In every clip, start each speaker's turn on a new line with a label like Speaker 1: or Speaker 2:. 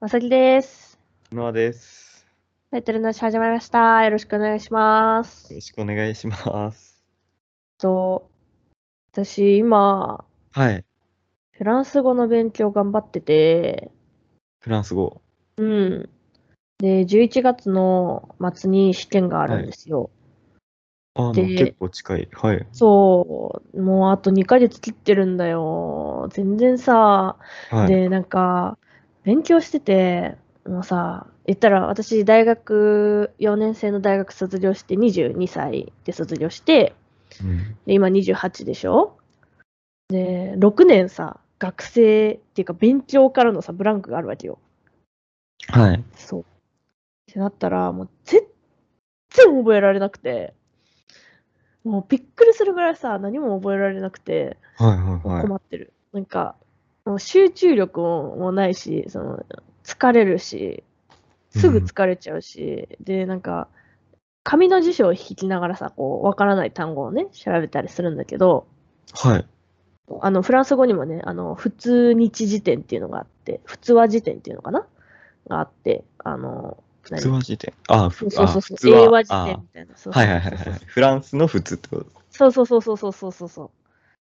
Speaker 1: まさきです。
Speaker 2: ノアです。
Speaker 1: タイトルなし始まりました。よろしくお願いします
Speaker 2: よ。ろしくお願いします。
Speaker 1: と、私今、
Speaker 2: はい。
Speaker 1: フランス語の勉強頑張ってて、
Speaker 2: フランス語。
Speaker 1: うん。で、11月の末に試験があるんですよ。
Speaker 2: あの、
Speaker 1: で
Speaker 2: 結構近い。はい。
Speaker 1: そう、もうあと2ヶ月切ってるんだよ。全然さ、
Speaker 2: はい。
Speaker 1: で、なんか、勉強してて、もうさ、言ったら私、大学、4年生の大学卒業して、22歳で卒業して、
Speaker 2: うん
Speaker 1: で今28でしょで6年さ学生っていうか勉強からのさブランクがあるわけよ
Speaker 2: はい。
Speaker 1: そうってなったらもう全然覚えられなくてもうびっくりするぐらいさ何も覚えられなくて
Speaker 2: はい。はい。は
Speaker 1: 困ってる、なんかもう集中力ももうないしその疲れるしすぐ疲れちゃうし、でなんか紙の辞書を引きながらさこうわからない単語をね調べたりするんだけど、
Speaker 2: い。はい。
Speaker 1: あのフランス語にもね、あの普通日辞典っていうのがあって、普通話辞典っていうのかながあって、あの、
Speaker 2: 普
Speaker 1: 何
Speaker 2: 通話辞典。あ、ふ
Speaker 1: そうそうそう
Speaker 2: あ
Speaker 1: そ
Speaker 2: 普
Speaker 1: う
Speaker 2: 通
Speaker 1: 英和
Speaker 2: 話
Speaker 1: 辞典みたいな。そう
Speaker 2: あ
Speaker 1: そ
Speaker 2: は
Speaker 1: う
Speaker 2: いはいはいはい。フランスの普通ってこと。
Speaker 1: そうそうそうそうそうそうそうそう。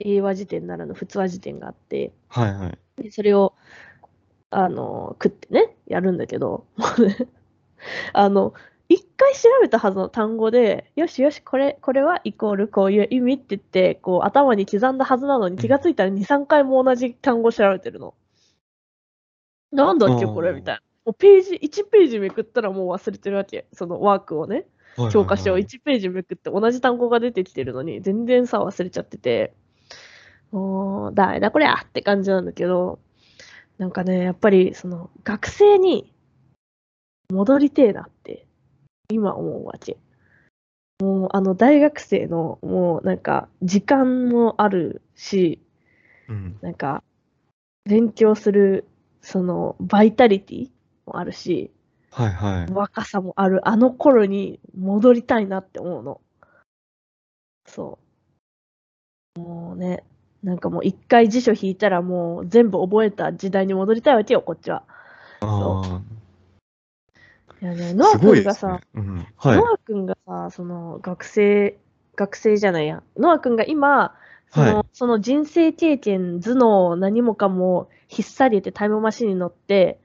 Speaker 1: 英和辞典ならぬ普通話辞典があって、
Speaker 2: はいはい。
Speaker 1: でそれを、あの、食ってね、やるんだけど、 もうね、あの、一回調べたはずの単語で、よしよし、これ、これはイコールこういう意味って言って、こう頭に刻んだはずなのに
Speaker 2: うん
Speaker 1: 気がついたら2、3回も同じ単語調べてるの。なんだっけ、
Speaker 2: あー
Speaker 1: これみたいな。もうページ、1ページめくったらもう忘れてるわけ。そのワークをね、
Speaker 2: はいはいはい
Speaker 1: 教科書を1ページめくって同じ単語が出てきてるのに、全然さ、忘れちゃってて、もう、だいだこりゃって感じなんだけど、なんかね、やっぱり、その、学生に戻りてえなって、今思うわけ。もう、あの、大学生の、もう、なんか、時間もあるし、
Speaker 2: うん。
Speaker 1: なんか、勉強する、その、バイタリティもあるし、
Speaker 2: はいはい。
Speaker 1: 若さもあるあの頃に戻りたいなって思うの。そう。もうね、なんかもう一回辞書引いたらもう全部覚えた時代に戻りたいわけよ、こっちは。
Speaker 2: あ
Speaker 1: いやね、
Speaker 2: あ。
Speaker 1: ノア
Speaker 2: すご
Speaker 1: 君
Speaker 2: いで
Speaker 1: が
Speaker 2: す
Speaker 1: さ、
Speaker 2: ね。うん。はい
Speaker 1: ノア君がさ、その学生、学生じゃないや。ノア君が今、その,、
Speaker 2: はい
Speaker 1: その人生経験、頭脳、何もかもひっさりってタイムマシンに乗って、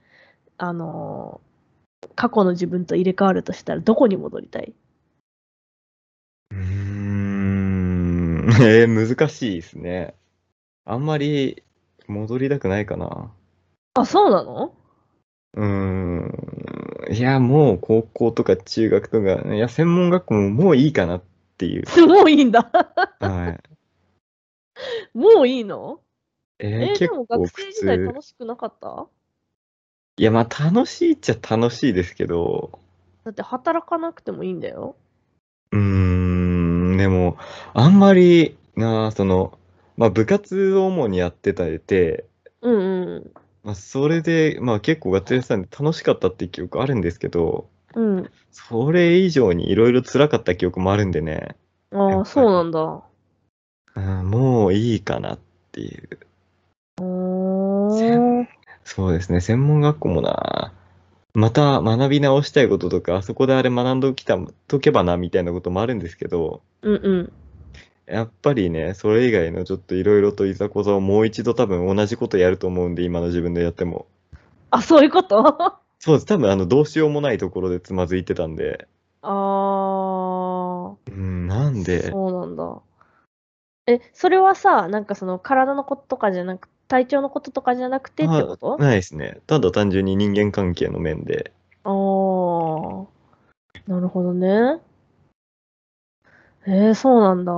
Speaker 1: あのー過去の自分と入れ替わるとしたらどこに戻りたいう
Speaker 2: ーん。えー、難しいですね。あんまり戻りたくないかな。
Speaker 1: あ、そうなの
Speaker 2: うーん。いや、もう高校とか中学とか、いや、専門学校ももういいかなっていう。
Speaker 1: もういいんだ。
Speaker 2: はい。
Speaker 1: もういいの
Speaker 2: え
Speaker 1: えー、
Speaker 2: ー
Speaker 1: で
Speaker 2: 結
Speaker 1: も
Speaker 2: 構
Speaker 1: 学
Speaker 2: 普
Speaker 1: 生時代
Speaker 2: 通。
Speaker 1: 楽しくなかった
Speaker 2: いや、まあ楽しいっちゃ楽しいですけど、
Speaker 1: だって働かなくてもいいんだよ。
Speaker 2: うーん、でも、あんまりな、その、まあ部活を主にやってたりて、
Speaker 1: うんうん
Speaker 2: まあそれで、まあ結構がっつりやってたんで楽しかったっていう記憶あるんですけど、
Speaker 1: うん。
Speaker 2: それ以上にいろいろ辛かった記憶もあるんでね、やっ
Speaker 1: あ
Speaker 2: ぱ
Speaker 1: あ、
Speaker 2: り
Speaker 1: そうなんだ。
Speaker 2: うん、もういいかなっていう。
Speaker 1: おー
Speaker 2: 専そうですね、専門学校もな、また学び直したいこととか、あそこであれ学んどきた、とけばな、みたいなこともあるんですけど、
Speaker 1: うんうん。
Speaker 2: やっぱりね、それ以外のちょっといろいろといざこざをもう一度多分同じことやると思うんで、今の自分でやっても。
Speaker 1: あ、そういうこと あ
Speaker 2: そうです、多分あの、どうしようもないところでつまずいてたんで、
Speaker 1: あ、そ
Speaker 2: うん、なんで、
Speaker 1: うなんだ。え、それはさ、なんかその体のこととかじゃなく、体調のこととかじゃなくてってこと
Speaker 2: ないですね。ただ単純に人間関係の面で。
Speaker 1: あーなるほどね。えー、そうなんだ。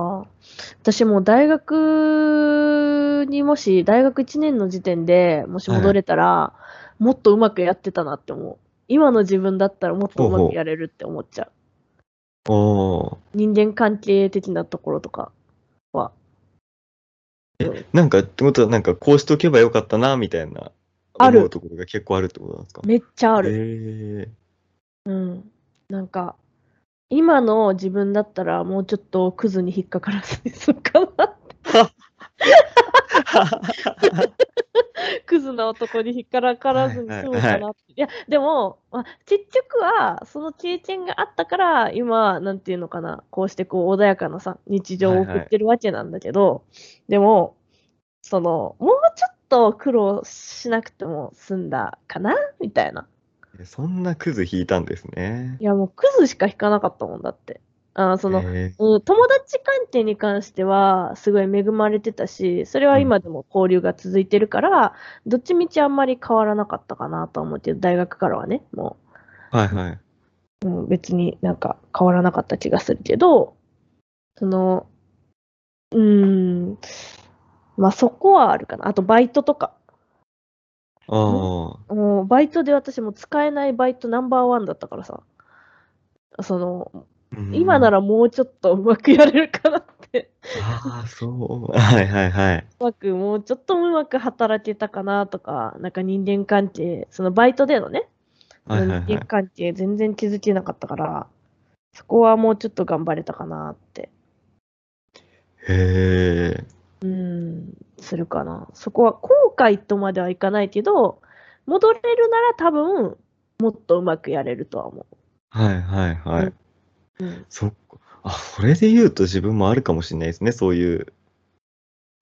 Speaker 1: 私もう大学にもし、大学1年の時点でもし戻れたら、もっとうまくやってたなって思う。今の自分だったらもっとうまくやれるって思っちゃう。
Speaker 2: おー
Speaker 1: 人間関係的なところとかは。
Speaker 2: なんか、ってことはなんか、こうしとけばよかったな、みたいな、
Speaker 1: ある
Speaker 2: 思うところが結構あるってことなんですか
Speaker 1: めっちゃある。
Speaker 2: へえ
Speaker 1: うん。なんか、今の自分だったらもうちょっとクズに引っかからずに済むかな。クズな男に引っからからずに済むかなって。
Speaker 2: はいいは
Speaker 1: や、でも、まあ、結局は、その経験があったから、今、なんていうのかな、こうしてこう穏やかなさ、日常を送ってるわけなんだけど、でも、その、もうちょっと苦労しなくても済んだかなみたいな。
Speaker 2: そんなクズ引いたんですね
Speaker 1: い。や、もうクズしか引かなかったもんだって。あーその、
Speaker 2: え
Speaker 1: うん、友達関係に関してはすごい恵まれてたし、それは今でも交流が続いてるから、どっちみちあんまり変わらなかったかなとは思ってる、大学からはね、も
Speaker 2: ーはいはい。
Speaker 1: う、うん、別になんか変わらなかった気がするけど、その、うーん、まあそこはあるかな。あとバイトとか。
Speaker 2: あ
Speaker 1: もうバイトで私も使えないバイトナンバーワンだったからさ、その、
Speaker 2: あ、うん
Speaker 1: 今な。らもうちょっとうまくやれるかなって。
Speaker 2: ああ、そう。はいはいはい。
Speaker 1: うまく、もうちょっとうまく働けたかなとか、なんか人間関係、そのバイトでのね、
Speaker 2: はいはいは
Speaker 1: 人
Speaker 2: い
Speaker 1: 間。関係全然気づけなかったから、そこはもうちょっと頑張れたかなって、
Speaker 2: へえ。
Speaker 1: うん、するかな。そこは後悔とまではいかないけど、戻れるなら多分、もっとうまくやれるとは思
Speaker 2: はいはいは
Speaker 1: う
Speaker 2: い
Speaker 1: ん。う。うん、
Speaker 2: そっか。あ、それで言うと自分もあるかもしれないですね。そういう、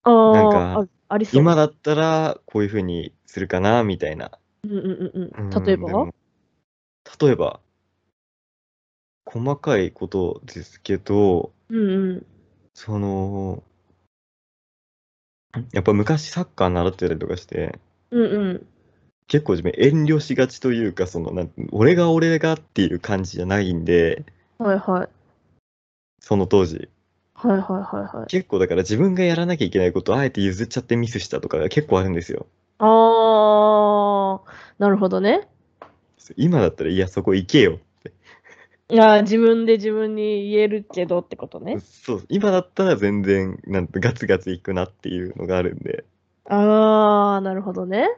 Speaker 1: あー
Speaker 2: なんか
Speaker 1: あ、ありそう。
Speaker 2: 今だったらこういうふうにするかな、みたいな。
Speaker 1: うんうんうん
Speaker 2: う
Speaker 1: うんん。例え
Speaker 2: で
Speaker 1: ば
Speaker 2: も例えば、細かいことですけど、
Speaker 1: うんうん。
Speaker 2: その、やっぱ昔サッカー習ってたりとかして、
Speaker 1: うんうん。
Speaker 2: 結構自分遠慮しがちというか、その、なん俺が俺がっていう感じじゃないんで、
Speaker 1: はいはい。
Speaker 2: その当時。
Speaker 1: はいはいはいはい。
Speaker 2: 結構だから自分がやらなきゃいけないことをあえて譲っちゃってミスしたとかが結構あるんですよ。
Speaker 1: あー、なるほどね。
Speaker 2: 今だったら、いや、そこ行けよって。
Speaker 1: いや、自分で自分に言えるけどってことね。
Speaker 2: そう、今だったら全然、なんてガツガツ行くなっていうのがあるんで、
Speaker 1: ああ、なるほどね。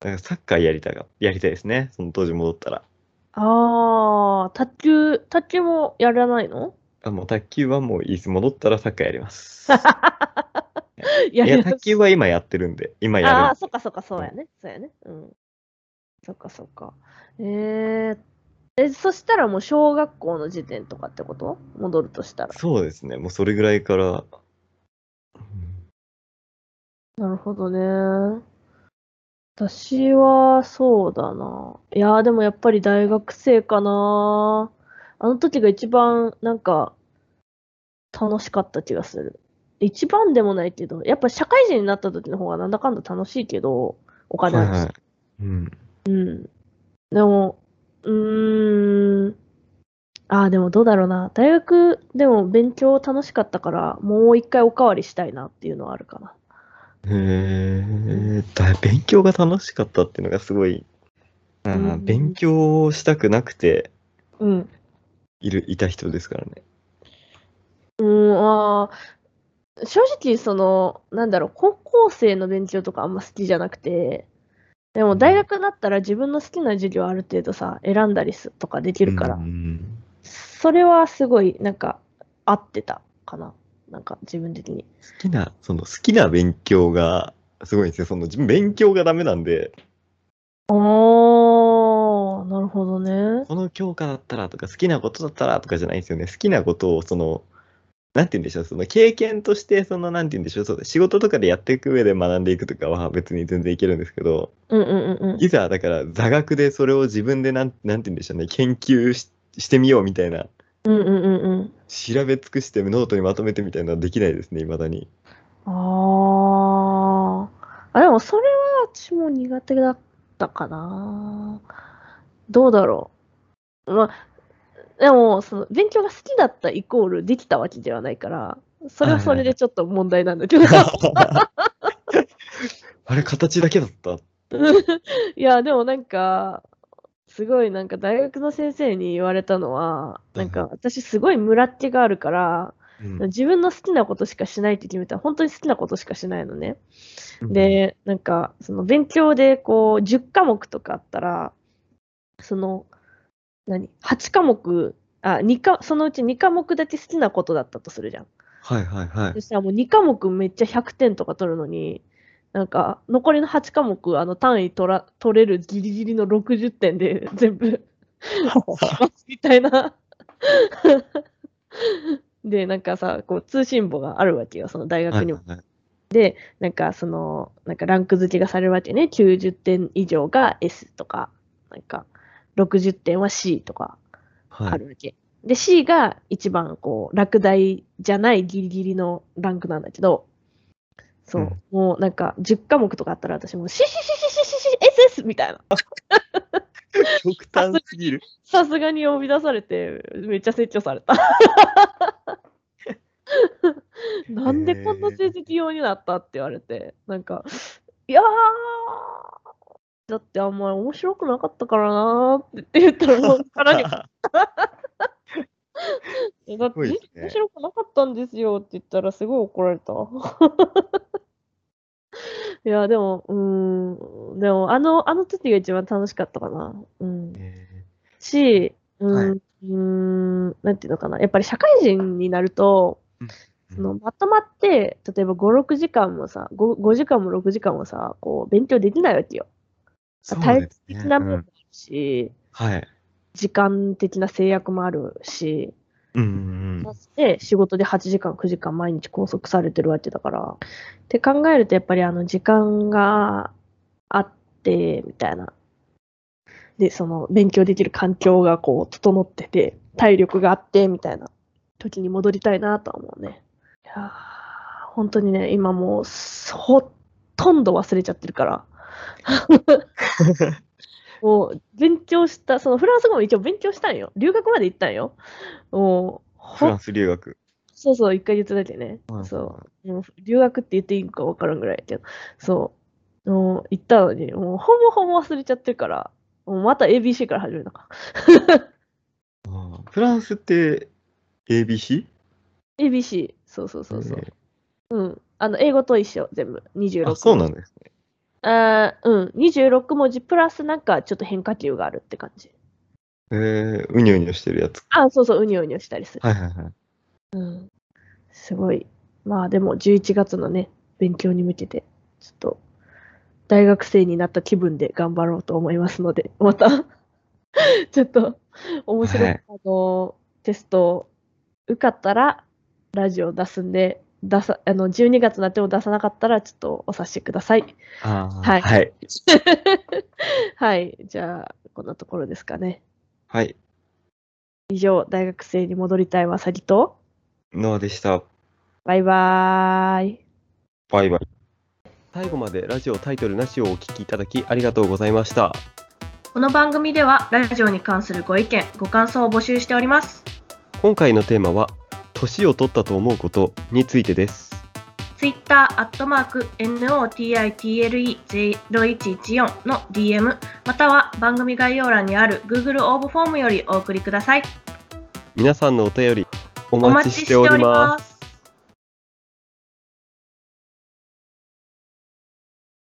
Speaker 2: だからサッカーやりたが、やりたいですね。その当時戻ったら。
Speaker 1: ああ、卓球、卓球もやらないの
Speaker 2: あもう卓球はもういいです。戻ったらサッカーやります。
Speaker 1: いや
Speaker 2: いや、卓球は今やってるんで、今やるんで
Speaker 1: ああー、そっかそっか、そうやね。そうやね。うん。そっかそっか。えー、え、そしたらもう小学校の時点とかってこと戻るとしたら。
Speaker 2: そうですね、もうそれぐらいから。うん
Speaker 1: なるほどね。私はそうだな。いやーでもやっぱり大学生かな。あの時が一番なんか楽しかった気がする。一番でもないけど、やっぱ社会人になった時の方がなんだかんだ楽しいけど、お金あ
Speaker 2: は
Speaker 1: る
Speaker 2: い
Speaker 1: し。
Speaker 2: はい。うん。
Speaker 1: でも、うーん。ああ、でもどうだろうな。大学でも勉強楽しかったから、もう一回おかわりしたいなっていうのはあるかな。
Speaker 2: へえ、だ勉強が楽しかったっていうのがすごい、あー
Speaker 1: うん
Speaker 2: 勉強をしたくなくて
Speaker 1: うん。
Speaker 2: いる、いた人ですからね。
Speaker 1: うん、あー正直、その、なんだろう、高校生の勉強とかあんま好きじゃなくて、でも大学になったら自分の好きな授業ある程度さ、選んだりすとかできるから
Speaker 2: う、ん
Speaker 1: それはすごい、なんか、合ってたかな。なんか、自分的に。
Speaker 2: 好きな、その好きな勉強がすごいんですよ。その自分勉強がダメなんで、
Speaker 1: あー、なるほどね。
Speaker 2: この教科だったらとか好きなことだったらとかじゃないんですよね。好きなことをその、なんて言うんでしょう、その経験として、そのなんて言うんでしょう、そう仕事とかでやっていく上で学んでいくとかは別に全然いけるんですけど、
Speaker 1: うんうんうんうん。
Speaker 2: いざだから座学でそれを自分でなんなんて言うんでしょうね、研究ししてみようみたいな、
Speaker 1: うんうんうんうん。
Speaker 2: 調べ尽くしてノートにまとめてみたいなのはできないですね、未だに。
Speaker 1: あーあ、でもそれは私も苦手だったかな。どうだろう。まあ、でも、その、勉強が好きだったイコールできたわけではないから、それはそれでちょっと問題なんだけど。
Speaker 2: あれ、形だけだった。
Speaker 1: いや、でもなんか、すごいなんか大学の先生に言われたのは、なんか私すごい村っ気があるから、
Speaker 2: うん
Speaker 1: 自分の好きなことしかしないって決めたら、本当に好きなことしかしないのね。、で、なんか、その勉強でこう、10科目とかあったら、その、何 ?8 科目、あ、2か、そのうち2科目だけ好きなことだったとするじゃん。
Speaker 2: はいはいは
Speaker 1: そ
Speaker 2: い。
Speaker 1: したらもう2科目めっちゃ100点とか取るのに、なんか、残りの8科目、あの、単位取ら、取れるギリギリの60点で 全部みたいな。で、なんかさ、こう、通信簿があるわけよ、その大学にも。
Speaker 2: はいはい
Speaker 1: なんか、その、なんかランク付けがされるわけね。90点以上が S とか、なんか、60点は C とか
Speaker 2: はい
Speaker 1: あるわけ。で、C が一番、こう、落第じゃないギリギリのランクなんだけど、そう、
Speaker 2: うん
Speaker 1: もうなんか、10科目とかあったら私もう、シシシシシシシ SS みたいな。
Speaker 2: 極端すぎる。
Speaker 1: さすがに呼び出されて、めっちゃ説教され た。なんでこんな成績用になったって言われて、なんか、いやー、だってあんまり面白くなかったからなーって言った ら、もう腹に、 えだって
Speaker 2: ごいですね
Speaker 1: 面白くなかったんですよって言ったら、すごい怒られた。 いや、でも、うーん、でも、あの、あの時が一番楽しかったかな。うん。
Speaker 2: え
Speaker 1: し、うーん、
Speaker 2: はいう
Speaker 1: ーんなんていうのかな、やっぱり社会人になると、
Speaker 2: ー
Speaker 1: そのまとまって、例えば5、6時間もさ、5, 5時間も6時間もさ、こう、勉強できないわけよ。
Speaker 2: そうですね
Speaker 1: 体力的な面
Speaker 2: う
Speaker 1: もある
Speaker 2: ん
Speaker 1: し、
Speaker 2: はい。
Speaker 1: 時間的な制約もあるし、
Speaker 2: うんうんうん
Speaker 1: そして仕事で8時間、9時間毎日拘束されてるわけだから。って考えると、やっぱりあの時間があって、みたいな。で、その勉強できる環境がこう整ってて、体力があって、みたいな時に戻りたいなとは思うね。いやー本当にね、今もうすほとんど忘れちゃってる から。もう勉強した、そのフランス語も一応勉強したんよ。留学まで行ったんよ。もう、
Speaker 2: フ
Speaker 1: ほ
Speaker 2: ランス留学。
Speaker 1: そうそう、一回言ってたけね。そう。もう留学って言っていいのか分からんぐらいやけど、そう。もう行ったのに、もうほぼほぼ忘れちゃってるから、もうまた ABC から始めたか。
Speaker 2: あーフランスって ABC?
Speaker 1: ABC、そうそうそうそう。
Speaker 2: え
Speaker 1: うん。あの、英語と一緒、全部。
Speaker 2: ー
Speaker 1: 26。
Speaker 2: あ、そうなんですね。
Speaker 1: あーうん。26文字プラスなんかちょっと変化球があるって感じ。
Speaker 2: えー、うにょうにょしてるやつ。
Speaker 1: あ、そうそう、うにょうにょしたりする。
Speaker 2: はいはいはい。
Speaker 1: うん。すごい。まあでも、11月のね、勉強に向けて、ちょっと、大学生になった気分で頑張ろうと思いますので、また、 ちょっと、面白い、
Speaker 2: はい
Speaker 1: あの、テスト受かったら、ラジオ出すんで、出さ、あの、12月になっても出さなかったら、ちょっとお察しください。
Speaker 2: あー
Speaker 1: はい
Speaker 2: はい。
Speaker 1: はい。じゃあ、こんなところですかね。
Speaker 2: はい。
Speaker 1: 以上、大学生に戻りたいわさぎと、
Speaker 2: ノアでした。
Speaker 1: バイバーイ。
Speaker 2: バイバイ。最後までラジオタイトルなしをお聞きいただきありがとうございました。
Speaker 1: この番組ではラジオに関するご意見、ご感想を募集しております。
Speaker 2: 今回のテーマは、年を取ったと思うことについてです。
Speaker 1: ツイッターアットマーク NOTITLE0114 の DM または番組概要欄にある Google 応募フォームよりお送りください。
Speaker 2: 皆さんのお便りお
Speaker 1: お
Speaker 2: 待
Speaker 1: 待
Speaker 2: ち
Speaker 1: ちし
Speaker 2: しててお
Speaker 1: お
Speaker 2: り
Speaker 1: り
Speaker 2: ます。
Speaker 1: ます。